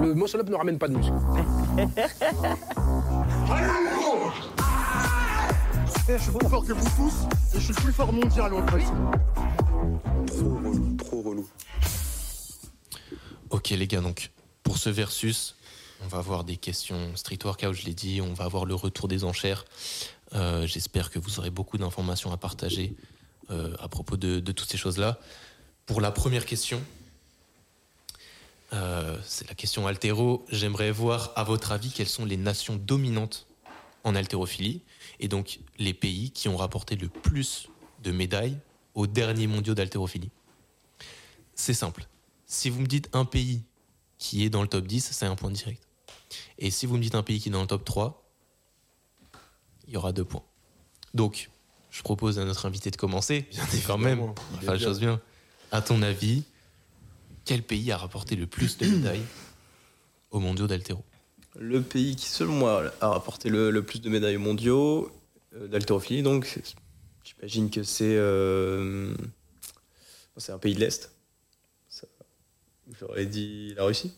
Le muscle-up ne ramène pas de muscle. Eh, Je suis plus fort que vous tous et je suis le plus fort mondial en fait. Trop relou, trop relou. Ok les gars, donc pour ce versus, on va avoir des questions street workout, je l'ai dit, on va avoir le retour des enchères. Euh, J'espère que vous aurez beaucoup d'informations à partager euh, à propos de, de toutes ces choses-là. Pour la première question, euh, c'est la question altéro. J'aimerais voir, à votre avis, quelles sont les nations dominantes en haltérophilie et donc les pays qui ont rapporté le plus de médailles aux derniers mondiaux d'haltérophilie. C'est simple. Si vous me dites un pays qui est dans le top 10, c'est un point direct. Et si vous me dites un pays qui est dans le top 3, il y aura deux points. Donc, je propose à notre invité de commencer. quand même, on va faire les choses bien. À ton avis, quel pays a rapporté le plus de médailles aux mondiaux d'altéro Le pays qui, selon moi, a rapporté le, le plus de médailles mondiaux euh, d'haltérophilie, donc c'est- j'imagine que c'est euh, c'est un pays de l'Est. Ça, J'aurais dit la Russie.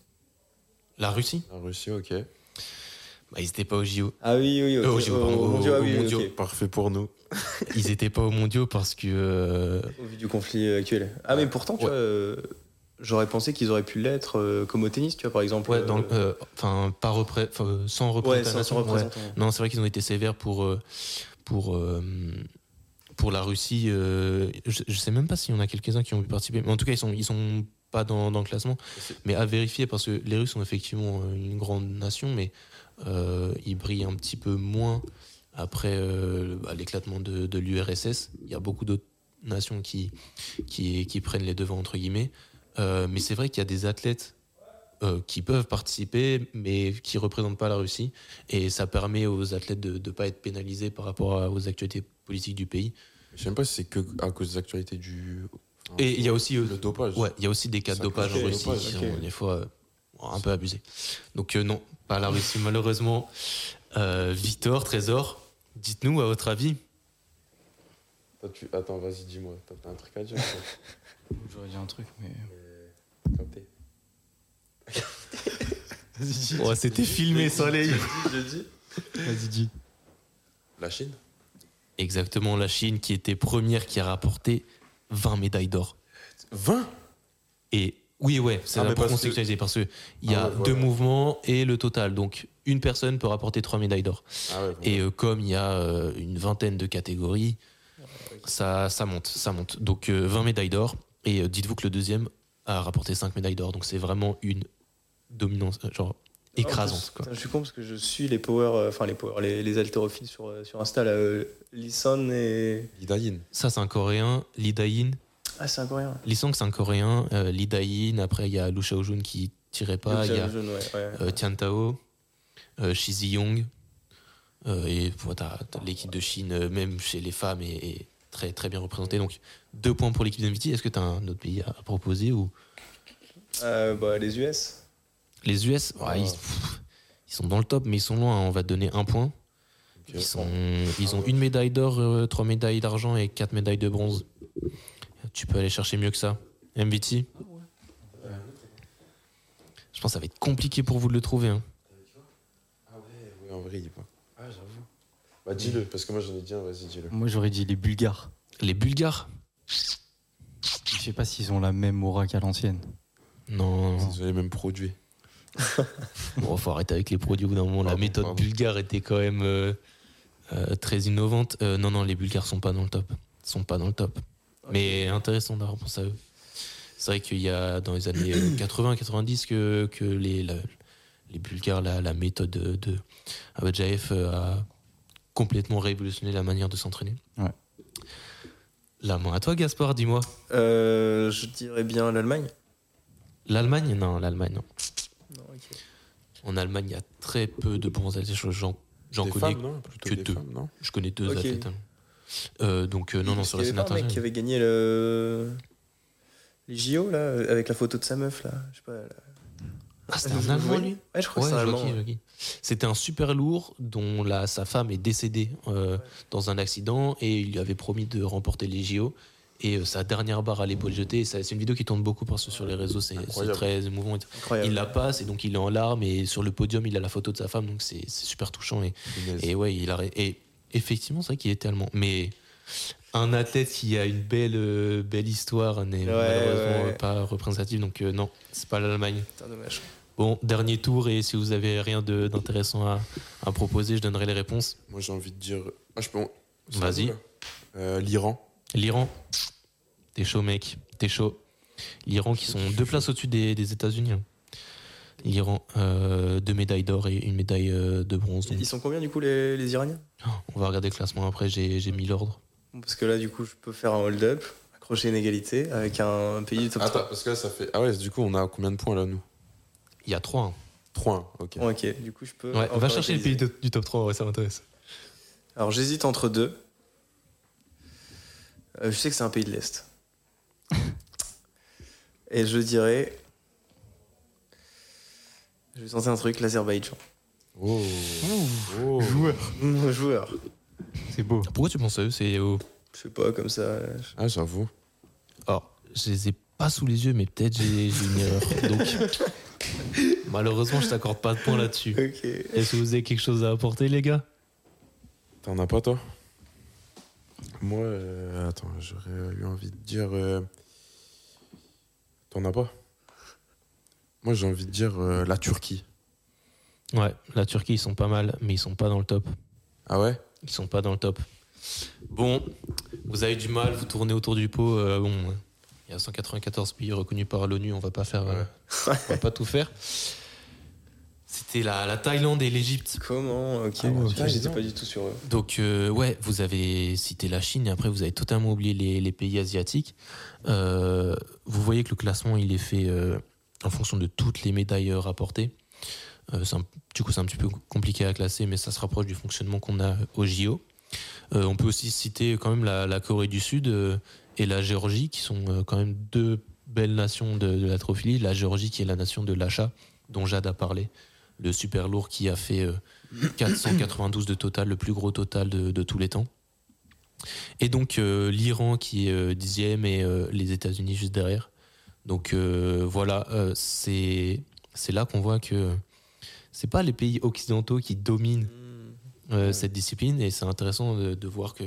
La Russie La Russie, ok. bah, Ils n'étaient pas aux JO. Ah oui, oui, ok. Euh, aux JO, Au- pardon, au aux- mondiaux, ah aux oui, oui, mondiaux. ok. Parfait pour nous. Ils n'étaient pas aux mondiaux parce que euh, Au vu du conflit actuel. Ah, mais pourtant, tu Ouais. vois, euh, j'aurais pensé qu'ils auraient pu l'être euh, comme au tennis, tu vois, par exemple. Ouais, euh, dans le- euh, enfin, pas repré- enfin, euh, ouais, sans sans représentation. ouais. représentant. Non, c'est vrai qu'ils ont été sévères pour, euh, pour, euh, pour la Russie. euh, je, je sais même pas s'il y en a quelques-uns qui ont pu participer. Mais en tout cas, ils sont, ils sont pas dans, dans le classement. Mais à vérifier, parce que les Russes sont effectivement euh, une grande nation, mais euh, ils brillent un petit peu moins après euh, bah, l'éclatement de, de l'URSS. Il y a beaucoup d'autres nations qui, qui, qui prennent les devants, entre guillemets. Euh, mais c'est vrai qu'il y a des athlètes euh, qui peuvent participer, mais qui ne représentent pas la Russie. Et ça permet aux athlètes de ne pas être pénalisés par rapport à- aux actualités politiques du pays. Je sais même pas si c'est que à cause des actualités du. enfin, Et il y a aussi, euh, le dopage. ouais, il y a aussi des cas de Ça dopage cause en des Russie dopages, qui ok. sont des fois euh, un peu abusés. Donc euh, non, pas la Russie malheureusement. Euh, Victor, Trésor, dites-nous à votre avis. Toi, tu- Attends, vas-y, dis-moi. T'as- T'as un truc à dire toi J'aurais dit un truc, mais. Euh, capté. Vas-y, Oh, C'était filmé, soleil. Vas-y, dis. La Chine Exactement, la Chine qui était première qui a rapporté 20 médailles d'or. 20 Et oui, ouais, c'est Ah, la mais parce que- contextualisé parce qu'il y a Ah ouais, voilà. deux mouvements et le total. Donc une personne peut rapporter trois médailles d'or. Ah ouais, bon. Et euh, comme il y a euh, une vingtaine de catégories, ça, ça monte, ça monte. Donc euh, 20 médailles d'or. Et euh, dites-vous que le deuxième a rapporté 5 médailles d'or. Donc c'est vraiment une dominance, euh, genre écrasante. Putain, Quoi. Je suis con parce que je suis les power, euh, enfin les power, les, les haltérophiles sur, euh, sur Insta, là, euh, Lisson euh, et. Hidayin. Ça, c'est un coréen, Lee Dae-in. Ah, c'est un coréen. Lee Sung, c'est un coréen, euh, Lee Dae-in. Après, il y a Lu Xiaojun qui tirait pas. Le Il y a jaune, ouais, ouais. euh, Tian Tao, euh, Shi Ziyong. Euh, et voilà, t'as- t'as l'équipe de Chine, euh, même chez les femmes, est, est très, très bien représentée. Donc deux points pour l'équipe d'Inviti. Est-ce que tu as un autre pays à à proposer ou... Euh, bah, les US. Les US, ouais, Ah. ils, pff, ils sont dans le top, mais ils sont loin. hein. On va te donner un point. Ok. Ah Ils, sont, ils ont une médaille d'or, euh, trois médailles d'argent et quatre médailles de bronze. Tu peux aller chercher mieux que ça. MVT Je pense que ça va être compliqué pour vous de le trouver. hein. Ah ouais, ouais, en vrai, il est pas. Ah, j'avoue. Bah, dis-le, parce que moi j'en ai dit un, vas-y, dis-le. Moi, j'aurais dit les Bulgares. Les Bulgares Je sais pas s'ils ont la même aura qu'à l'ancienne. Non. Ils ont les mêmes produits. Bon, faut arrêter avec les produits au bout d'un moment. La Pardon, méthode pardon. bulgare était quand même euh, euh, très innovante. Euh, non, non, les Bulgares sont pas dans le top. Sont pas dans le top. Mais intéressant d'avoir pensé à eux. C'est vrai qu'il y a dans les années 80-90 que, que les, la- les Bulgares, la, la méthode de, de Abadjaev euh, a complètement révolutionné la manière de s'entraîner. Ouais. La main à toi, Gaspard, dis-moi. Euh, je dirais bien l'Allemagne. L'Allemagne Non, l'Allemagne, non. Non, ok. En Allemagne, il y a très peu de bons athlètes. J'en j'en Des connais femmes, non Plutôt que des deux. femmes, non Je connais deux Ok. athlètes. hein. Euh, donc euh, non, non, Parce ça qu'il y reste avait pas un mec qui international. avait gagné le. Les JO, là, avec la photo de sa meuf, là. Je sais pas. là. Ah, c'était Vous un le Allemand, voyez lui Ouais, je crois Ouais, que c'est un je vois Allemand. qui, je vois qui. C'était un super lourd dont la, sa femme est décédée euh, dans un accident et il lui avait promis de remporter les JO. Et euh, sa dernière barre à Mm. l'épaule jetée, et ça- c'est une vidéo qui tourne beaucoup parce que sur les réseaux, c'est c'est Incroyable. très émouvant. et tout. Incroyable. Il la passe et donc il est en larmes et sur le podium il a la photo de sa femme donc c'est c'est super touchant et, et ouais il a ré- et effectivement c'est vrai qu'il est tellement mais un athlète qui a une belle euh, belle histoire n'est malheureusement ouais. euh, pas représentatif donc euh, non c'est pas l'Allemagne. Putain, dommage. Bon dernier tour et si vous avez rien de- d'intéressant à, à proposer je donnerai les réponses. Moi, j'ai envie de dire. Ah, je peux. c'est Vas-y. un peu, là. Euh, L'Iran. L'Iran t'es chaud mec t'es chaud l'Iran qui sont deux places au-dessus des, des États-Unis. hein. L'Iran euh, deux médailles d'or et une médaille euh, de bronze. donc Ils sont combien du coup les, les Iraniens On va regarder le classement après, j'ai j'ai mis l'ordre. Parce que là, du coup, je peux faire un hold-up, accrocher une égalité avec un, un pays du top Attends, parce que là, ça fait. Ah ouais, du coup, on a combien de points là, nous Il y a hein. 3. 3, ok. trois. Ok, du coup, je peux. Ouais, encore va chercher le égaliser. pays de- du top 3, ouais, ça m'intéresse. Alors, j'hésite entre deux. Euh, je sais que c'est un pays de l'Est. Et je dirais. Je vais tenter un truc, l'Azerbaïdjan. Oh. Oh. Mon joueur. C'est beau. Pourquoi tu penses à eux C'est euh, au. Je sais pas, comme ça. je- Ah, j'avoue. Alors, je les ai pas sous les yeux, mais peut-être j'ai j'ai une erreur. Donc, malheureusement, je t'accorde pas de points là-dessus. Ok. Est-ce que vous avez quelque chose à apporter, les gars T'en as pas, toi Moi, euh, attends, j'aurais eu envie de dire. euh, T'en as pas Moi, j'ai envie de dire euh, la Turquie. Ouais, la Turquie, ils sont pas mal, mais ils sont pas dans le top. Ah ouais Ils sont pas dans le top. Bon, vous avez du mal, vous tournez autour du pot. euh, bon, hein. il y a 194 pays reconnus par l'ONU, on va pas faire, euh, on va pas tout faire. C'était la, la Thaïlande et l'Égypte. Comment Ok. Ah ouais, Putain, ok. J'étais pas du tout sur eux. Donc euh, ouais, vous avez cité la Chine et après vous avez totalement oublié les, les pays asiatiques. Euh, vous voyez que le classement il est fait euh, en fonction de toutes les médailles euh, rapportées. Euh, c'est un- du coup c'est un petit peu compliqué à classer, mais ça se rapproche du fonctionnement qu'on a au JO. Euh, on peut aussi citer quand même la, la Corée du Sud euh, et la Géorgie qui sont euh, quand même deux belles nations de, de la trophilie. La Géorgie qui est la nation de l'achat dont Jade a parlé, le super lourd qui a fait euh, 492 de total, le plus gros total de, de tous les temps. Et donc euh, l'Iran qui est euh, dixième et euh, les États-Unis juste derrière. Donc euh, voilà, euh, c'est c'est là qu'on voit que c'est pas les pays occidentaux qui dominent euh, cette discipline et c'est intéressant de, de voir que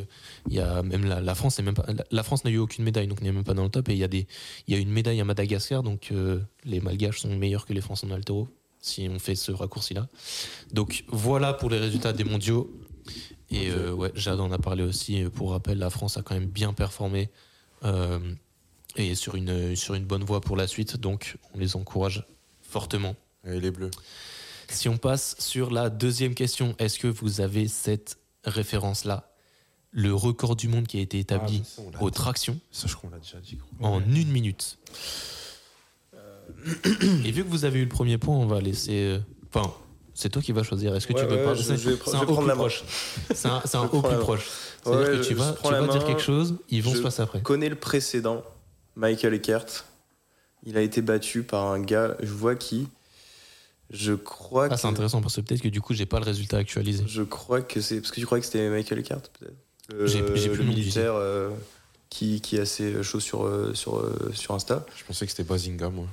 il y a même la, la France est même pas la, la France n'a eu aucune médaille donc n'est même pas dans le top et il y a des il y a une médaille à Madagascar donc euh, les Malgaches sont meilleurs que les Français en altéro si on fait ce raccourci là. Donc voilà pour les résultats des mondiaux. Et euh, ouais, Jade en a parlé aussi. Pour rappel, la France a quand même bien performé euh, et est sur une, sur une bonne voie pour la suite. Donc on les encourage fortement. Et les bleus. Si on passe sur la deuxième question, est-ce que vous avez cette référence-là Le record du monde qui a été établi Ah, ça, on l'a- aux tractions ça, je crois qu'on l'a déjà dit. gros. en une minute. Euh. Et vu que vous avez eu le premier point, on va laisser. euh, Enfin, c'est toi qui vas choisir. Est-ce que Ouais, tu veux ouais, pas je- c'est- je vais pr- c'est je un vais au prendre plus la main. proche. C'est un, c'est un Je au prends plus la main. proche. C'est-à-dire Ouais, que tu je- je vas, prends tu la vas dire main. quelque chose, ils vont Je- se passer après. connais le précédent, Michael Eckert. Il a été battu par un gars, je vois qui. Je crois Ah, c'est que. intéressant parce que peut-être que du coup, j'ai pas le résultat actualisé. Je crois que c'est. Parce que tu crois que c'était Michael Eckert, peut-être Le- J'ai- j'ai Le plus le nom du militaire euh, qui, qui est assez chaud sur, euh, sur, euh, sur Insta. Je pensais que c'était Bazinga, moi.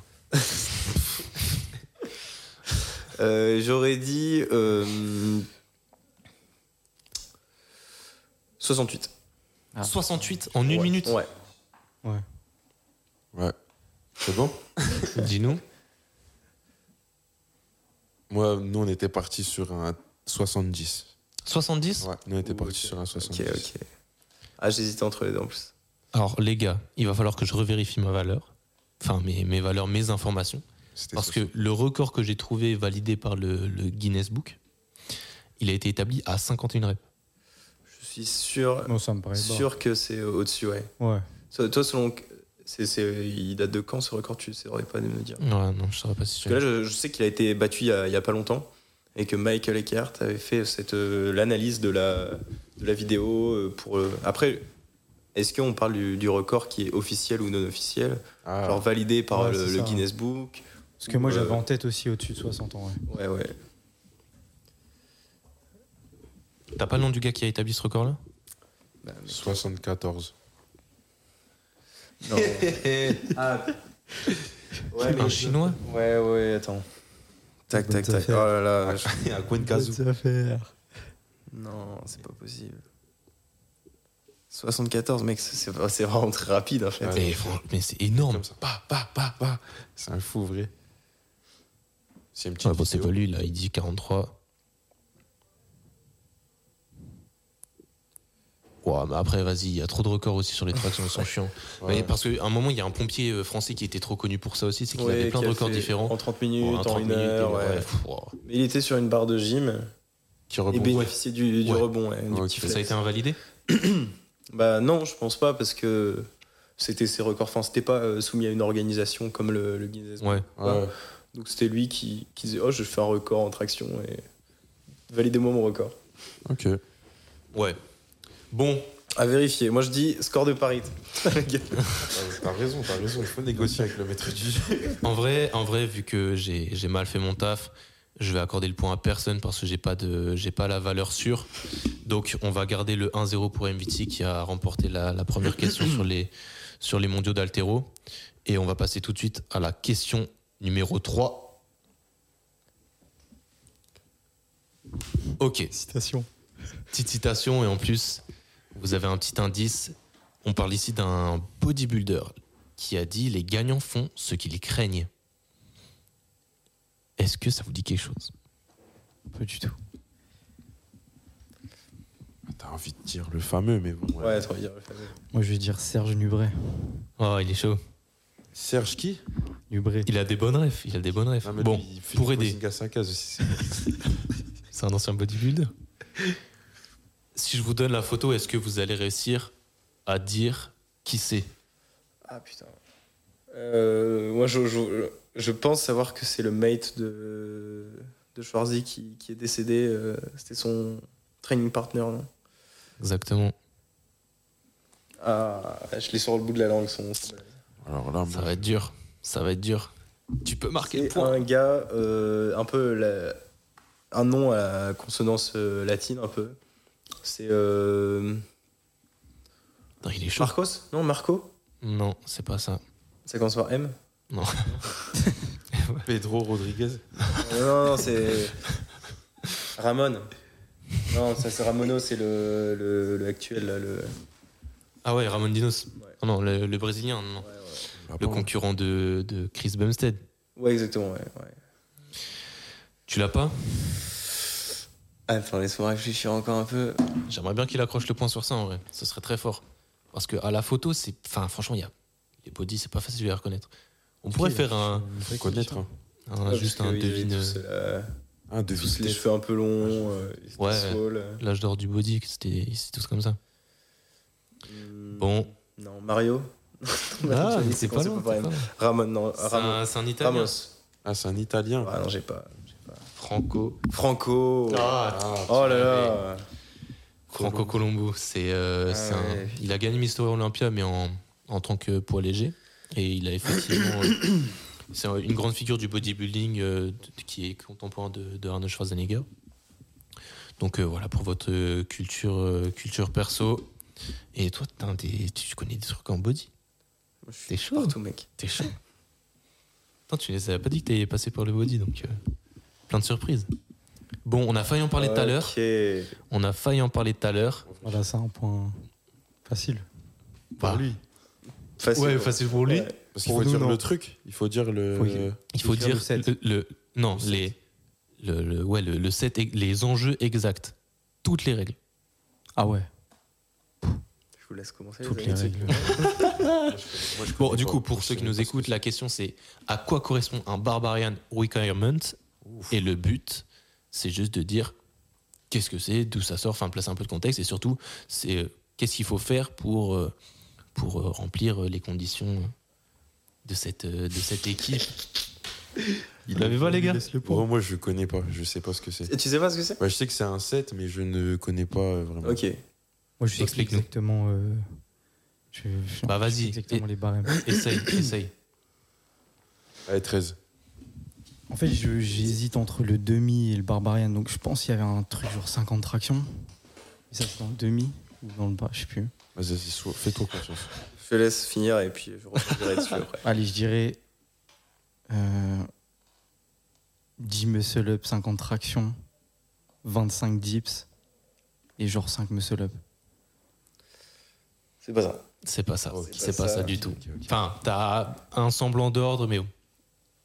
Euh, J'aurais dit. euh, 68. Ah. 68 en une Ouais, minute. Ouais. Ouais. C'est bon Dis-nous. Moi, nous, on était partis sur un 70. 70 Ouais, nous, on était partis Ok. sur un 70. Ok, ok. Ah, j'hésitais entre les deux en plus. Alors, les gars, il va falloir que je revérifie ma valeur. Enfin, mes, mes valeurs, mes informations. C'était Parce que le record que j'ai trouvé validé par le, le Guinness Book, il a été établi à 51 reps. Je suis sûr, Non, ça me paraît bas. sûr que c'est au-dessus, ouais. Ouais. Toi, toi, selon. que- c'est- c'est- il date de quand ce record Tu saurais pas me dire. Ouais, non, je saurais pas si Parce que là, je, je sais qu'il a été battu il y a, il y a pas longtemps et que Michael Eckert avait fait cette, euh, l'analyse de la, de la vidéo. euh, pour, euh, après, est-ce qu'on parle du, du record qui est officiel ou non officiel Ah, Genre validé par Ouais, le, c'est le ça. hein. Guinness Book Parce que moi, Euh, j'avais en tête aussi au-dessus de 60 ans. ouais. Ouais, ouais. T'as pas le nom du gars qui a établi ce record-là 74. Non. ah. Ouais, Un chinois Ouais, ouais, attends. Tac, tac, tac. Oh là Ah. là. je- Un Guenkazu. Non, c'est pas possible. 74, mec, c'est- c'est c'est vraiment très rapide en fait. Mais, franch- Eh, mais c'est énorme. Comme ça. Bah, bah, bah, bah. C'est un fou, vrai. Ah, bah, C'est une petite Ouais, bon, c'est vidéo. pas lui, là, il dit 43. Ouah, mais après, vas-y, il y a trop de records aussi sur les tracks, ils sont chiants. Ouais. Mais parce qu'à un moment, il y a un pompier euh, français qui était trop connu pour ça aussi, c'est qu'il Ouais, avait plein qui de a records fait différents. En 30 minutes, Bon, un en 30 une minutes, heure. et- ouais. ouais, pff, oh, ouah. Mais Il était sur une barre de gym Qui et rebondit. bénéficiait du, du Ouais. rebond. ouais, du Ouais, petit ok. flex. Ça a été invalidé Bah non, je pense pas parce que c'était ses records. Enfin, c'était pas euh, soumis à une organisation comme le, le Guinness. Ouais. Ouais. Donc c'était lui qui, qui disait Oh, je fais un record en traction et validez-moi mon record. Ok. Ouais. Bon, À vérifier. Moi je dis score de parité. T'as raison, t'as raison. Il faut négocier avec le maître du jeu. en vrai, en vrai vu que j'ai j'ai mal fait mon taf, je vais accorder le point à personne parce que j'ai pas, de- j'ai pas la valeur sûre. Donc, on va garder le 1-0 pour MVT qui a remporté la, la première question sur les, sur les mondiaux d'Altero. Et on va passer tout de suite à la question numéro 3. Ok. Citation. Petite citation et en plus, vous avez un petit indice. On parle ici d'un bodybuilder qui a dit Les gagnants font ce qu'ils craignent. Est-ce que ça vous dit quelque chose Pas du tout. T'as envie de dire le fameux, mais bon. euh, Ouais, trop bien. Moi, je vais dire Serge Nubret. Oh, il est chaud. Serge qui Nubret. Il a des bonnes refs. Il a des bonnes refs. Non, mais bon, lui, il fait pour du aider. posing à cinq cases aussi. C'est un ancien bodybuilder. Si je vous donne la photo, est-ce que vous allez réussir à dire qui c'est Ah putain. Euh, moi je, je, je pense savoir que c'est le mate de, de Schwarzy qui, qui est décédé. euh, c'était son training partner. non Exactement. Ah, je l'ai sur le bout de la langue. Son... Alors là, Ça moi, va être dur. Ça va être dur. Tu peux marquer le C'est point. un gars, euh, un peu la- un nom à consonance euh, latine, un peu. C'est euh, Non, il est chaud. Marcos Non, Marco Non, c'est pas ça. Ça commence par M Pedro Rodriguez. Non, non, non, c'est. Ramon. Non, ça c'est Ramono, c'est le, le, le actuel. là, le... Ah ouais, Ramon Dinos. Ouais. Oh non, le, le Brésilien. non, non. Ouais, ouais. Ah Le bon concurrent de, de Chris Bumstead. Ouais, exactement, ouais. ouais. Tu l'as pas Attends, Ah, laisse-moi réfléchir encore un peu. Ah, J'aimerais bien qu'il accroche le point sur ça en vrai. Ce serait très fort. Parce que à la photo, c'est. Enfin, franchement, il y a. Les bodies, c'est pas facile de les reconnaître. On pourrait qui, faire un, Faut connaître. hein. un- juste un devine Tous, euh, euh, Ah, de tous les vitesse. cheveux un peu longs, euh, ils étaient Ouais. saules, euh. l'âge d'or du body, que c'était ils étaient tous comme ça. Hmm, Bon. Non, Mario. Ah, Je sais mais c'est qu'on pas sait loin, pareil. c'est pas loin. Ramon, non, C'est Ramon. un- C'est un Italien. Ramos. Ah, c'est un Italien. Ah non, j'ai pas. j'ai pas. Franco. Franco. Ah, oh là là. Franco Colombo. C'est. euh, Ah c'est un- ouais. Il a gagné Miss Story Olympia, mais en, en tant que poids léger. Et il a effectivement. euh, c'est une grande figure du bodybuilding euh, de- qui est contemporain de, de Arnold Schwarzenegger. Donc euh, voilà pour votre euh, culture, euh, culture perso. Et toi, t'as un des- tu connais des trucs en body Je suis T'es chaud Partout, mec. T'es chaud Attends, tu les avais pas dit que t'allais passer par le body, donc euh, plein de surprises. Bon, on a failli en parler tout à l'heure. Ok. On a failli en parler tout à l'heure. Voilà, ça, un point facile. Bah, lui. Facile. ouais, facile pour lui. Ouais. Parce qu'il Pour faut nous, dire non. le truc. Il faut dire le. Faut y- Il faut Faut faire dire le set. le, le- non les le, le- ouais le, le set ex- les enjeux exacts toutes les règles Ah ouais. Je vous laisse commencer. Toutes les les amis. règles. bon du pas. coup pour Je ceux sais qui même nous pas ce écoutent que la question c'est à quoi correspond un barbarian requirement et le but c'est juste de dire qu'est-ce que c'est d'où ça sort enfin placer un peu de contexte et surtout c'est euh, qu'est-ce qu'il faut faire pour euh, pour euh, remplir euh, les conditions de cette euh, de cette équipe vous l'avez pas les gars Laisse le Pour moi, je connais pas. Je sais pas ce que c'est. Et tu sais pas ce que c'est Ouais, je sais que c'est un set, mais je ne connais pas euh, vraiment. Ok. Moi, je sais pas Explique-nous. exactement. euh, je- je- Bah, je sais vas-y. Exactement les barèmes. essaye essaye Allez, 13. En fait, je- j'hésite entre le demi et le barbarian. Donc, je pense qu'il y avait un truc genre 50 tractions. Et ça, c'est dans le demi ou dans le bas, je sais plus. Vas-y, vas-y, so- fais-toi confiance. Je te laisse finir et puis je reviendrai dessus après. Allez, je dirais euh, 10 muscle up, 50 tractions, 25 dips et genre 5 muscle up. C'est pas ça. C'est pas ça. Ok. C'est pas, ça, du tout. Enfin, t'as un semblant d'ordre, mais oh.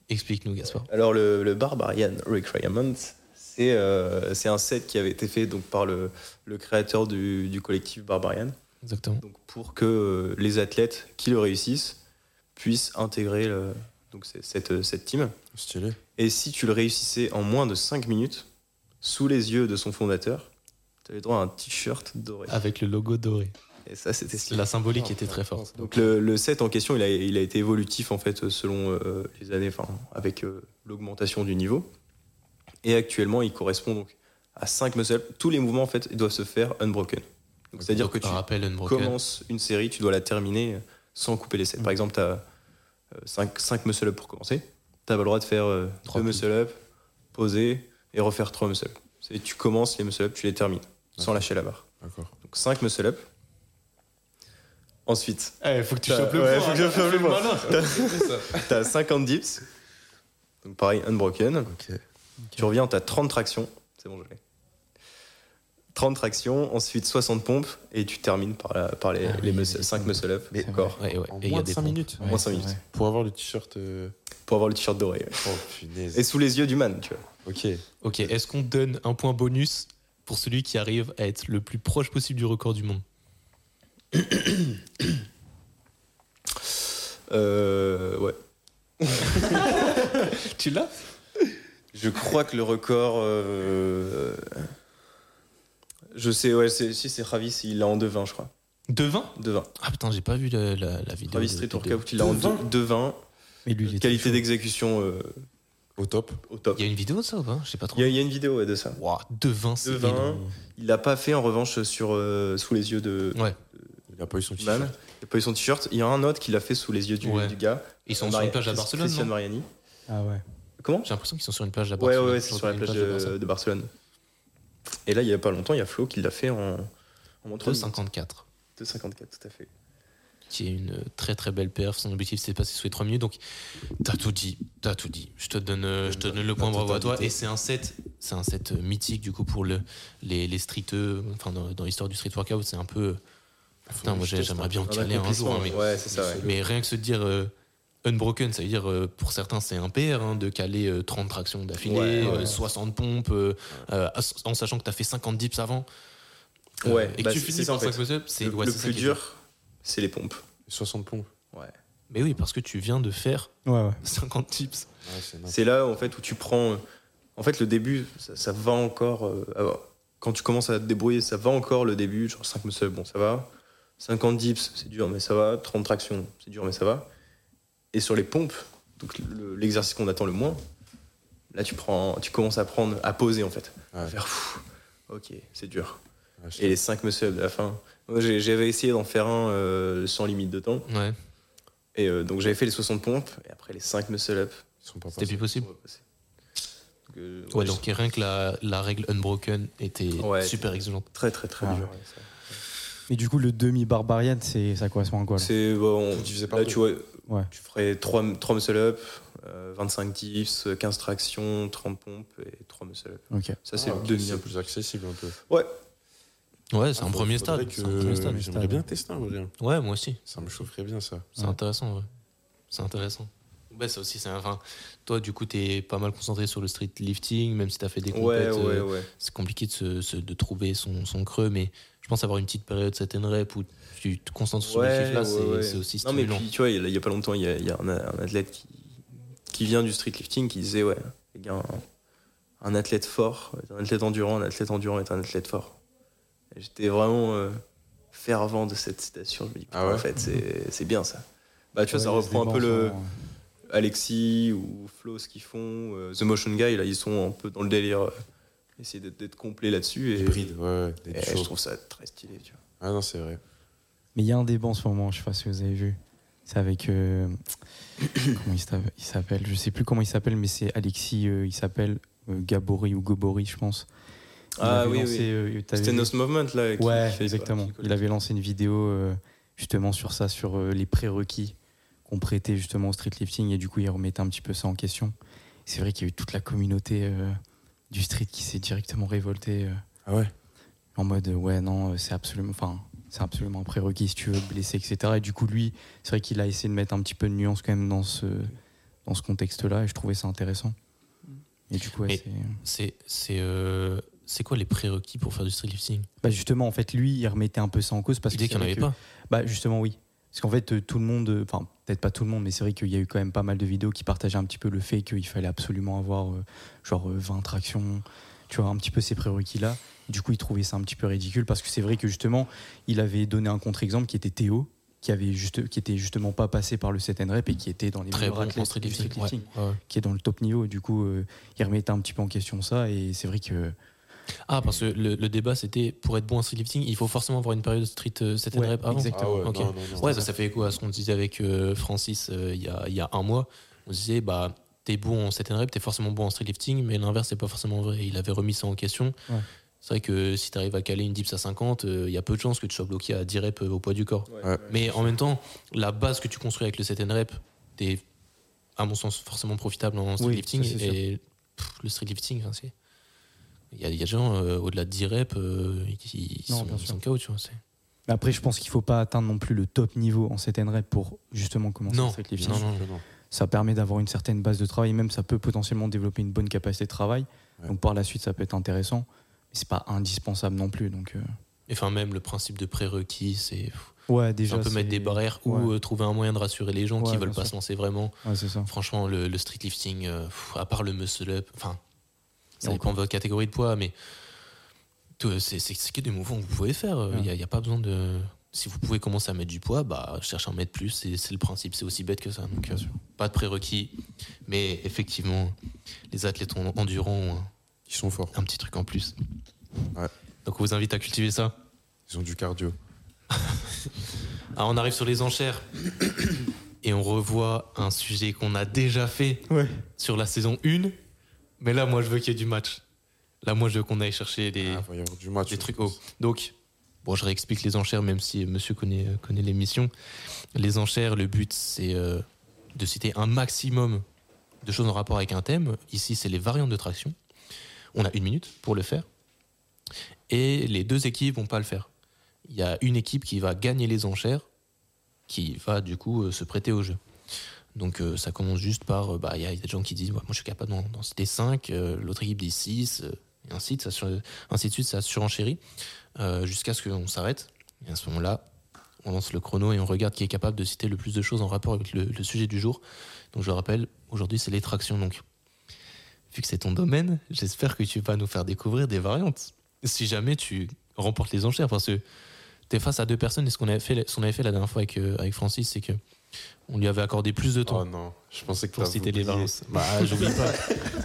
Explique-nous, Gaspard. Alors, le, le Barbarian Requirement, c'est euh, c'est un set qui avait été fait donc, par le, le créateur du, du collectif Barbarian Exactement. donc, pour que euh, les athlètes qui le réussissent puissent intégrer le- donc, c'est- cette, euh, cette team. Stylé. Et si tu le réussissais en moins de 5 minutes, sous les yeux de son fondateur, tu avais droit à un t-shirt doré. Avec le logo doré. Et ça, c'était stylé. La symbolique était très forte. Donc le, le set en question, il a, il a été évolutif en fait selon euh, les années, enfin avec euh, l'augmentation du niveau. Et actuellement, il correspond donc à 5 muscle ups. Tous les mouvements en fait doivent se faire unbroken. Donc c'est-à-dire que tu Un rappel Unbroken. commences une série, tu dois la terminer sans couper les sets. Par exemple, euh, tu as 5, muscle ups pour commencer. Tu as le droit de faire euh, 3 Trois muscle ups, poser et refaire 3 muscle ups. C'est- Tu commences les muscle ups, tu les termines sans D'accord. lâcher la barre. D'accord. Donc 5 muscle ups. Ensuite, Eh, faut que tu T'as- chopes le ouais, point, faut que je hein, chope le fais point. malin. T'as 50 dips. Donc pareil, unbroken. Ok. Tu reviens, t'as 30 tractions. C'est bon, je l'ai. 30 tractions, ensuite 60 pompes, et tu termines par, la- par les, Ah oui, les oui, muscle- oui, 5 oui. muscle up Mais- encore. Ouais, ouais. En Et il y moins a de des 5 pompes. minutes Moins cinq c'est minutes. vrai. pour avoir le t-shirt. euh, Pour avoir le t-shirt doré. Oh punaise. Et sous les yeux du man, tu vois. Ok. Ok, est-ce qu'on donne un point bonus pour celui qui arrive à être le plus proche possible du record du monde Euh, ouais. Tu l'as Je crois que le record. euh, Je sais, ouais, c'est- si c'est Ravis, il l'a en 2-20, je crois. De 20 2 20 Ah putain, j'ai pas vu la, la- la vidéo. Ravis de- Street de- Workout, il l'a en 2-20. 2-20. Mais lui, il est Qualité très chaud. d'exécution euh, Au top. au top. Il y a une vidéo de ça ou pas Je sais pas Il trop. y, a- il y a une vidéo ouais, de ça. Ouah, de 20, c'est De 20. énorme. Il l'a pas fait en revanche sur euh, sous les yeux de Ouais, Il a pas eu son du t-shirt. man. Il a pas eu son t-shirt. Il y a un autre qui l'a fait sous les yeux du, Ouais. du gars. ils sont Euh, sur Mari- une plage à Chris- Barcelone. Christian non Mariani. Ah ouais. Comment J'ai l'impression qu'ils sont sur une plage à Ouais, Barcelone. ouais, ouais, c'est sur la une plage de Barcelone. de, de Barcelone. Et là, il y a pas longtemps, il y a Flo qui l'a fait en, en moins de 2,54, 2,54, tout à fait. qui est une très très belle perf. Son objectif c'est de passer sous les 3 minutes. Donc t'as tout dit, t'as tout dit. Je te donne, euh, je te donne le point bravo à toi. Et c'est un set, c'est un set euh, mythique du coup pour le, les, les streeteux. Enfin dans, dans l'histoire du street workout, c'est un peu. euh, Putain, moi j'ai- j'aimerais bien en caler un jour. hein, mais, Ouais, c'est ça, ouais. mais rien que se dire euh, unbroken, ça veut dire euh, pour certains c'est un PR hein, de caler euh, 30 tractions d'affilée, Ouais, ouais. euh, 60 pompes, euh, euh, en sachant que t'as fait 50 dips avant. Euh, Ouais, et que bah, tu c'est- finis c'est ça, par en fait. 5 muscle-ups, c'est Le, ouais, le c'est ça plus qui est dur, c'est les pompes. 60 pompes. Mais oui, parce que tu viens de faire Ouais, ouais. 50 tips. Ouais, c'est n'importe C'est là, en fait, où tu prends. euh, En fait, le début, ça, ça va encore. euh, ah, Quand tu commences à te débrouiller, ça va encore le début. Genre 5 muscle bon, ça va. 50 dips, c'est dur, mais ça va. 30 tractions, c'est dur, mais ça va. Et sur les pompes, donc le- l'exercice qu'on attend le moins, là, tu, prends, tu commences à prendre, à poser, en fait. Ouais. À faire, pfff, ok, c'est dur. quoi. Ouais, je Et les 5 muscle de la fin. Moi, j'ai- j'avais essayé d'en faire un euh, sans limite de temps. Ouais, Et euh, donc, j'avais fait les 60 pompes, et après les 5 muscle up. Ils sont pas c'était passés. plus possible. Ouais, c'est- Donc, euh, Ouais, ouais, donc rien que la, la règle unbroken était Ouais. super exigeante. Très très très Ah. dur. Et du coup, le demi-barbarian, c'est- ça correspond à quoi là C'est bon, Tu divisais par là deux. tu vois, Ouais. tu ferais 3, muscle up, euh, 25 dips, 15 tractions, 30 pompes et 3 muscle up. Ok. Ça c'est Ah, le ok, demi c'est plus accessible un peu. Ouais, c'est un premier Faudrait stade. que- c'est un premier stade. J'aimerais bien tester un vrai. Ouais, moi aussi. Ça me chaufferait bien ça. C'est Ouais. intéressant, ouais. C'est intéressant. Bah, ça aussi, c'est un- enfin, toi, du coup, t'es pas mal concentré sur le street lifting, même si t'as fait des Ouais, ouais, compètes. ouais, euh, C'est compliqué de, se, se- de trouver son, son creux, mais je pense avoir une petite période set and rep où tu te concentres sur Ouais, ce chiffre là ouais, c'est ouais. c'est aussi Non mais stimulant. puis tu vois, il y a- il y a pas longtemps, il y a, il y a un, un athlète qui, qui vient du street lifting qui disait ouais, les gars, un, un athlète fort est un athlète endurant, un athlète endurant est un athlète fort. Et J'étais vraiment euh, fervent de cette citation. Je me dis, Ah ouais en fait, c'est c'est bien ça. Bah, tu vois, Ouais, ça il y a reprend des hein. un peu bancs, le, genre, Alexis ou Flo, ce qu'ils font, euh, The Motion Guy, là, ils sont un peu dans le délire. euh, essayer d'être, d'être complet là-dessus. Et, Hybride, ouais, ouais. et Eh, Des je choses. trouve ça très stylé. Tu vois. Ah non, c'est vrai. Mais il y a un débat en ce moment, je sais pas si vous avez vu. C'est avec. euh, comment il s'appelle- il s'appelle Je sais plus comment il s'appelle, mais c'est Alexis, euh, il s'appelle euh, Gabori ou Gobori, je pense. Il Ah avait oui, lancé, oui. euh, t'avais C'était vu- Nos Movement, là. qui- Ouais, qui fait- exactement. qui colle. Il avait lancé une vidéo euh, justement sur ça, sur euh, les prérequis qu'on prêtait justement au streetlifting et du coup ils remettaient un petit peu ça en question. C'est vrai qu'il y a eu toute la communauté euh, du street qui s'est directement révoltée euh, Ah ouais en mode euh, ouais non euh, c'est absolument enfin c'est absolument un prérequis si tu veux te blesser etc. Et du coup lui c'est vrai qu'il a essayé de mettre un petit peu de nuance quand même dans ce dans ce contexte là et je trouvais ça intéressant. Et du coup ouais, Mais- C'est c'est c'est euh, c'est quoi les prérequis pour faire du streetlifting bah justement en fait lui il remettait un peu ça en cause parce Tu dis que qu'il n'y en c'est avait vrai que- pas. Bah justement oui. Parce qu'en fait euh, tout le monde, euh, enfin peut-être pas tout le monde, mais c'est vrai qu'il y a eu quand même pas mal de vidéos qui partageaient un petit peu le fait qu'il fallait absolument avoir euh, genre euh, 20 tractions, tu vois, un petit peu ces prérequis là. Du coup il trouvait ça un petit peu ridicule parce que c'est vrai que justement il avait donné un contre-exemple qui était Théo, qui avait juste, qui était justement pas passé par le 7 and rep et qui était dans les Très meilleurs bon athlètes en du streetlifting. streetlifting, ouais, ouais. qui est dans le top niveau. Du coup euh, il remettait un petit peu en question ça et c'est vrai que Ah, parce que le, le débat c'était pour être bon en streetlifting, il faut forcément avoir une période street euh, set and Ouais, rep avant. exact. Exactement, Ah ouais, ok. non, non, non. Ouais, ça, ça fait écho à ce qu'on disait avec euh, Francis euh, il y, a, il y a un mois. On disait, bah, t'es bon en set and rep, t'es forcément bon en streetlifting, mais l'inverse, c'est pas forcément vrai. Il avait remis ça en question. Ouais. C'est vrai que si t'arrives à caler une dips à 50, euh, il y a peu de chances que tu sois bloqué à 10 reps euh, au poids du corps. Ouais. Mais en même temps, la base que tu construis avec le set and rep, t'es, à mon sens, forcément profitable en streetlifting. ça, c'est et pff, le streetlifting, hein, c'est. Il y, a- il y a des gens euh, au-delà de 10 reps euh, qui qui Non, sont, bien qui sûr. sont KO, tu vois. c'est- Mais Après, je pense qu'il faut pas atteindre non plus le top niveau en 7 rep pour justement commencer Non, le streetlifting. non, non, Que non. Ça permet d'avoir une certaine base de travail, même ça peut potentiellement développer une bonne capacité de travail. Ouais. Donc par la suite, ça peut être intéressant, mais c'est pas indispensable non plus. Donc euh, Et Enfin, même le principe de prérequis, c'est ouais, c'est déjà un peu c'est- mettre des barrières ou ouais. euh, trouver un moyen de rassurer les gens Ouais, qui veulent bien pas sûr. se lancer vraiment. Ouais, c'est ça. Hein. Franchement, le, le streetlifting, euh, pff, à part le muscle-up, enfin, ça Et dépend de votre catégorie de poids, mais tout, euh, c'est c'est- c'est que des mouvements que vous pouvez faire. Il Ouais. n'y a, y a pas besoin de. Si vous pouvez commencer à mettre du poids, bah, cherche à en mettre plus, c'est c'est le principe, c'est aussi bête que ça. Donc, euh, pas de prérequis, mais effectivement, les athlètes en- endurants ont un- Ils sont forts. un petit truc en plus. Ouais. Donc, on vous invite à cultiver ça. Ils ont du cardio. Ah, on arrive sur les enchères et on revoit un sujet qu'on a déjà fait Ouais. sur la saison 1. Mais là, moi, je veux qu'il y ait du match. Là, moi, je veux qu'on aille chercher des, Ah, il va y avoir du match. des je trucs pense. hauts. Donc, bon, je réexplique les enchères, même si monsieur connaît, euh, connaît l'émission. Les enchères, le but, c'est euh, de citer un maximum de choses en rapport avec un thème. Ici, c'est les variantes de traction. On a une minute pour le faire. Et les deux équipes vont pas le faire. Il y a une équipe qui va gagner les enchères, qui va du coup euh, se prêter au jeu. Donc euh, ça commence juste par, euh, bah, il y, a il y a des gens qui disent, ouais, moi je suis capable d'en d'en citer 5, l'autre équipe dit euh, 6, et ainsi de, ça sur- ainsi de suite, ça surenchérit, euh, jusqu'à ce qu'on s'arrête. Et à ce moment-là, on lance le chrono et on regarde qui est capable de citer le plus de choses en rapport avec le, le sujet du jour. Donc je le rappelle, aujourd'hui c'est les tractions. Donc, vu que c'est ton domaine, j'espère que tu vas nous faire découvrir des variantes. Si jamais tu remportes les enchères, parce que tu es face à deux personnes, et ce qu'on avait fait, ce qu'on avait fait la dernière fois avec, euh, avec Francis, c'est que on lui avait accordé plus de temps Oh non, je pensais que pour t'as citer les oublié. variantes. Bah, j'oublie pas.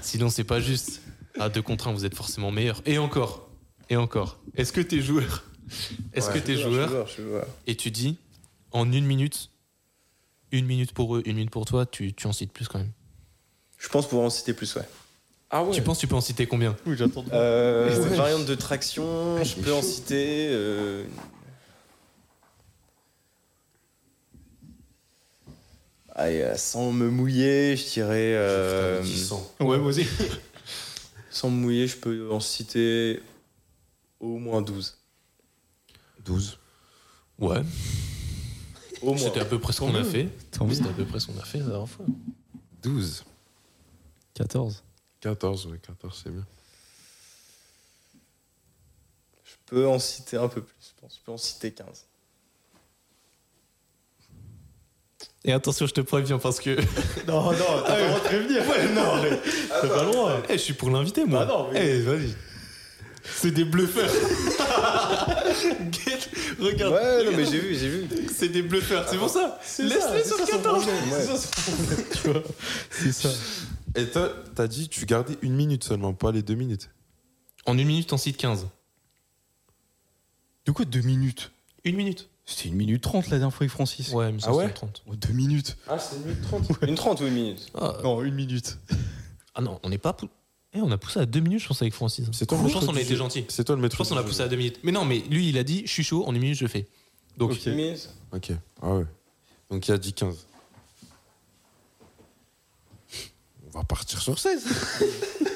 Sinon, c'est pas juste. À deux contre un, vous êtes forcément meilleur. Et encore. Et encore. Est-ce que t'es joueur Est-ce Ouais. que t'es joueur et tu dis en une minute, une minute pour eux, une minute pour toi, tu, tu en cites plus quand même. Je pense pouvoir en citer plus, ouais. Ah ouais Tu penses, tu peux en citer combien Euh, Variante de traction, je peux en citer. euh, Allez, euh, sans me mouiller, je dirais. euh, Ouais, moi aussi. Sans me mouiller, je peux en citer au moins 12. 12. Ouais, Au moins. c'était à peu près ce qu'on a fait. Tant mieux. C'était à peu près ce qu'on a fait la dernière fois. 12. 14. 14, ouais, 14, c'est bien. Je peux en citer un peu plus, je pense. Je peux en citer 15. Et attention, je te préviens parce que. Non, non, t'as pas le droit de prévenir. non, T'as pas le droit. Eh, je suis pour l'inviter, moi. Ah non, mais- Eh, vas-y. C'est des bluffeurs. Get- regarde. Ouais, non, regarde. mais j'ai vu, j'ai vu. C'est des bluffeurs, c'est pour ça. ça, Laisse-les c'est sur ça son 14. problème, ouais. C'est ça son problème, tu vois. C'est ça. Et toi, t'as dit tu gardais une minute seulement, pas les deux minutes. En une minute, on cite 15. De quoi 2 minutes Une minute. C'était une minute 30 la dernière fois avec Francis. Ouais, mais ça Ah ouais 30. 2 minutes Ah, c'est une minute 30. Une 30 ou une minute Ah, Non, une minute. ah non, on n'est pas. pou- Eh, on a poussé à deux minutes, je pense, avec Francis. C'est toi, Je moi, pense je qu'on te a été dis- gentil. C'est toi le Je maître. pense qu'on du a jeu. poussé à deux minutes. Mais non, mais lui, il a dit, je suis chaud, en une minute, je fais. Donc, Ok. Mais- Ok. Ah ouais. Donc il a dit 15. On va partir sur 16.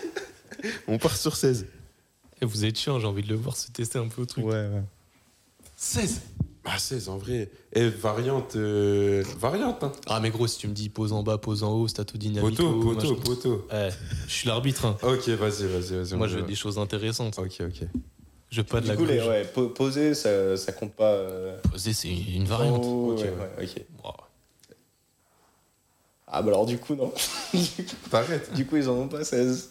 On part sur 16. eh, vous êtes chiant, j'ai envie de le voir se tester un peu au truc. ouais. 16 Bah 16 en vrai. Et variante. euh, variante, hein. Ah, mais gros, si tu me dis pose en bas, pose en haut, stato dynamique. Eh, Poteau, poteau, poteau. je suis l'arbitre. hein. Ok, vas-y, vas-y, vas-y. Moi, on je y veux va. des choses intéressantes. Ok, ok. Je veux pas de Du la coup, les- gauche. ouais, po- poser, ça, ça compte pas. euh, Poser, c'est une variante. oh, Ok, ouais, ouais. ouais, ok. Wow. Ah, bah alors, du coup, non. Du coup- T'arrêtes. du coup, ils en ont pas 16.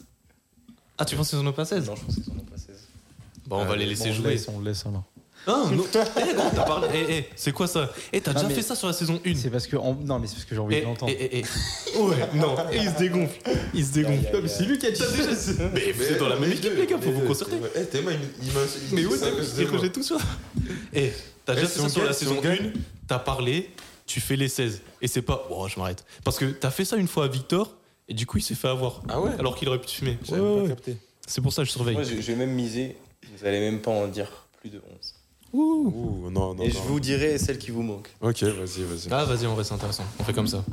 Ah, tu penses qu'ils en ont pas 16 Non, je pense qu'ils en ont pas 16. Bah, on va Euh, les laisser jouer. on le laisse alors. Ah, non. Eh, gros, t'as parlé. Eh, eh, c'est quoi ça Eh, t'as Non, déjà mais- fait ça sur la saison Eh, 1 C'est parce que en- non mais c'est parce que j'ai envie de l'entendre. eh. Ouais, non. Et il se dégonfle. Il se dégonfle. Y a- y a- C'est lui qui a dit Mais vous êtes dans la même équipe, les gars, faut vous concerter. Eh, t'es mal, il il m'a. il Mais dit ouais, ça à cause de il moi. rejette tout ça. Eh, t'as Eh, déjà si fait on ça sur gagne, la si saison on gagne. 1, t'as parlé, tu fais les 16. Et c'est pas. Oh, je m'arrête. Parce que t'as fait ça une fois à Victor, et du coup, il s'est fait avoir. Ah ouais Alors qu'il aurait pu te fumer. J'avais Ouais, pas ouais. capté. C'est pour ça que je surveille. Moi, j'ai j'ai même misé. Vous allez même pas en dire plus de 11. Ouh, non, non. Et non. je vous dirai celle qui vous manque. Ok, vas-y, vas-y. Ah, vas-y, on reste intéressant. On fait comme ça.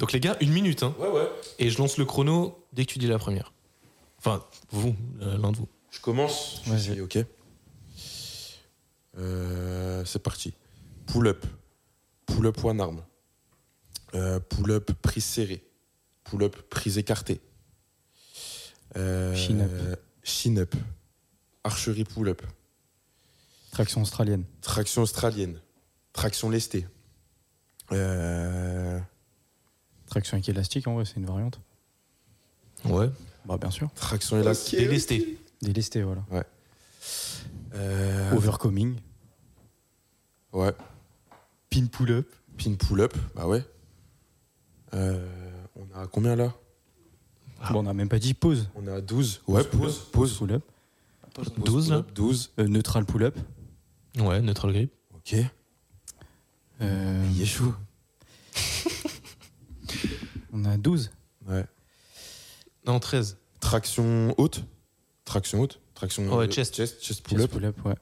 Donc, les gars, une minute, hein. Ouais, ouais. Et je lance le chrono dès que tu dis la première. Enfin, vous, euh, l'un de vous. Je commence. Je Vas-y. suis- ok. Euh, c'est parti. Pull-up. Pull-up one arm. Euh, pull-up prise serrée. Pull-up prise écartée. Euh, Chin-up. Chin-up. Archerie pull-up. Traction australienne. Traction australienne. Traction lestée. Euh, Traction avec élastique en vrai c'est une variante. Ouais. Bah bien sûr. traction élastique. Délesté. Délesté voilà. Euh, Overcoming. ouais. Pin pull up. Pin pull-up. Bah ouais. Euh, on a combien là Ah. Bon, on n'a même pas dit pause. On est à 12. Ouais, pause, pause. Pull up. 12, là pull-up, 12. Euh, neutral pull up. Ouais, neutral grip. Ok. Euh, est chaud. on a 12. Ouais. Non, 13. Traction haute. Traction haute. Traction Ouais, euh, chest. Chest, chest pull-up. pull up ouais.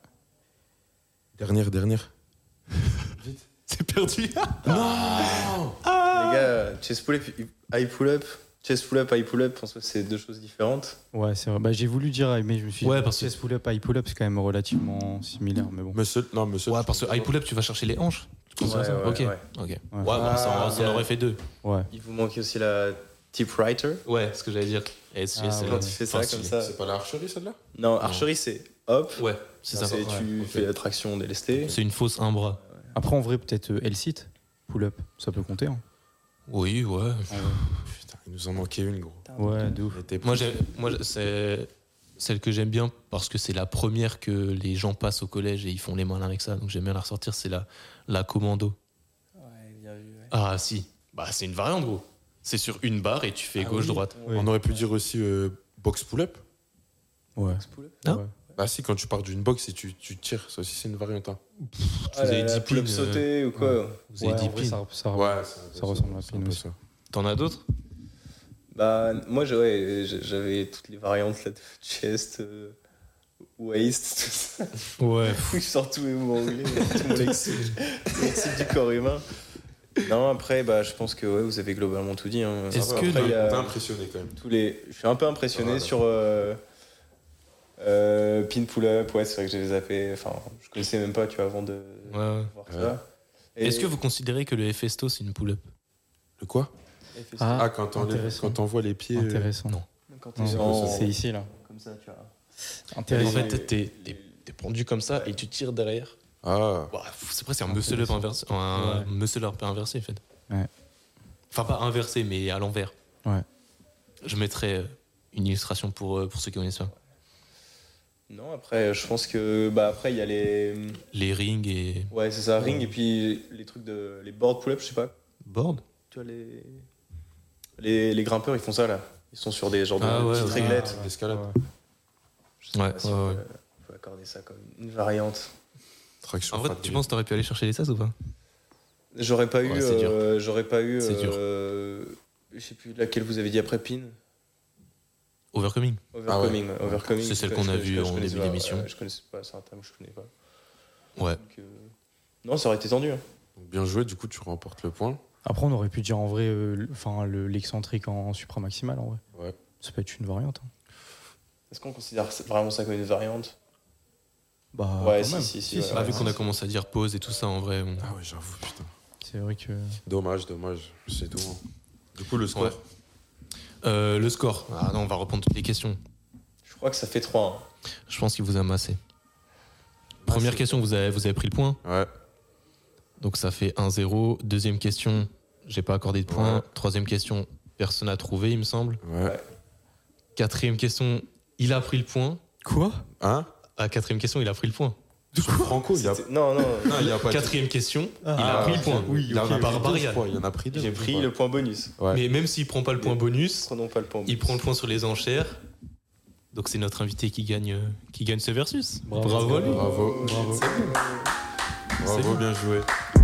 Dernière, dernière. C'est perdu. Les gars, chest pull-up, high pull-up. Chest pull-up, high pull-up, en soi, c'est deux choses différentes. Ouais, c'est vrai. Bah, j'ai voulu dire, mais je me suis Ouais, dit, parce que- chest pull up, high pull up, c'est quand même relativement similaire, mais bon. Muscle. Non, muscle. Ouais, parce que high pull-up, tu vas chercher les hanches. Tu penses à ça ouais, ok. ouais. Ok. Ouais, Ouais. bah, ça, en- Ah, ça en aurait fait deux. Ouais. Il vous manque aussi la typewriter. Ouais, ce que j'allais dire. Et c'est- Ah, c'est- ouais. Quand tu fais ça Enfin, comme si. ça. C'est pas la archerie, celle-là Non, archerie, c'est hop. Ouais, c'est ça. C'est- Tu Ouais, ok. fais la traction délestée. C'est une fausse un bras. Après, en vrai, peut-être euh, L-sit, pull up, ça peut compter. Hein. Oui, ouais. Putain, il nous en manquait une, gros. Ouais, de ouf. On était- Moi, j'ai- moi j'ai- c'est celle que j'aime bien parce que c'est la première que les gens passent au collège et ils font les malins avec ça. Donc j'aime bien la ressortir. C'est la, la commando. Ah, si. Bah, c'est une variante, gros. C'est sur une barre et tu fais gauche-droite. On aurait pu dire aussi euh, box pull-up. Ouais. Ah. Ouais. Bah si, quand tu pars d'une box et tu, tu tires, ça aussi c'est une variante. hein. Tu vous avez dit euh, pull-up pin, sauté Euh, ou quoi Vous avez Ouais, dit en vrai, pin. ça, ça- Ah. ça, ça ressemble à c'est pin un peu aussi. ça. T'en as d'autres Bah, moi, j'ai- ouais, j'ai- j'avais toutes les variantes là de chest, euh, waist, tout ça. Ouais. Oui, je sors tous mes mots anglais, tout mon lexique, lexique du corps humain. Non, après, bah, je pense que ouais, vous avez globalement tout dit. hein. Est-ce Après, que après, dans- il y Ah T'es a impressionné quand même. tous les... Je suis un peu impressionné Voilà. sur euh, euh, pin pull-up. Ouais, c'est vrai que j'ai zappé. Enfin, je connaissais même pas, tu vois, avant de Ouais, ouais. voir Ouais. ça. Et- Est-ce que vous considérez que le Festo c'est une pull-up Le quoi Ah, Ah, quand t'enlèves- intéressant. quand t'envoies les pieds. euh, Intéressant. non. quand Non, t'es en- C'est ici, là. comme ça, tu vois. En Intéressant. fait, t'es- t'es t'es- t'es pendu comme ça et tu tires derrière. Ah, Ouah, c'est presque un muscle-up inversé. Un Ouais. muscle-up inversé, en fait. Ouais. Enfin, pas inversé, mais à l'envers. Ouais. Je mettrai euh, une illustration pour, euh, pour ceux qui connaissent pas. Non, après, je pense que. Bah, après, il y a les. Les rings et Ouais, c'est ça, ring, et puis les trucs de. Les board pull-up, je sais pas. board. Tu vois, les... les, les grimpeurs, ils font ça, là. Ils sont sur des genres de Ah ouais, petites ouais. réglettes. l'escalade. Je sais Ouais, pas si ouais, on ouais. peut- on peut accorder ça comme une variante. Traction. En vrai, frappe tu des- penses que t'aurais pu aller chercher les sas ou pas J'aurais pas, Ouais, eu, c'est dur. euh, j'aurais pas eu... C'est dur. euh, Je sais plus laquelle vous avez dit après Pin. Overcoming. Overcoming. ouais, Overcoming C'est celle je- qu'on a je- vue je en connaissais début pas, d'émission. ouais, Je connaissais pas, c'est un terme que je connais pas. Ouais. Donc, euh, Non, ça aurait été tendu. hein. Donc, bien joué, du coup, tu remportes le point. Après, on aurait pu dire en vrai euh, le- enfin, le- l'excentrique en supramaximal, en vrai. Ouais. Ça peut être une variante. hein. Est-ce qu'on considère ça- vraiment ça comme une variante Bah, Ouais, quand si, même. si, si, Si, ouais, si, Ah, ouais. vu qu'on a commencé à dire pause et tout ça, en vrai, on- Ah ouais, j'avoue, putain. C'est vrai que. Dommage, dommage. C'est tout. hein. Du coup, le score. Ouais. Euh, le score. Ah non, on va reprendre toutes les questions. Je crois que ça fait hein. 3. Je pense qu'il vous a massé. Première c'est- question, vous avez, vous avez pris le point. Ouais. Donc ça fait 1-0. Deuxième question, j'ai pas accordé de point. Ouais. Troisième question, personne n'a trouvé, il me semble. Ouais. Quatrième question, il a pris le point. Quoi Hein À quatrième question, il a pris le point. Sur Franco, il y a. Non, non, Non, Ah, il y a pas. Quatrième question, Ah. il a Ah, pris le ok. point. Oui, il en Par a pris deux, Barial. je crois. Il en a pris deux. j'ai je pris crois. le point bonus. Ouais. Mais même s'il prend pas le point bonus, Prenons pas le point bonus. il prend le point sur les enchères. Donc c'est notre invité qui gagne, euh, qui gagne ce versus. Bravo, à lui. Bravo. Bravo. Bravo, C'est- bien joué.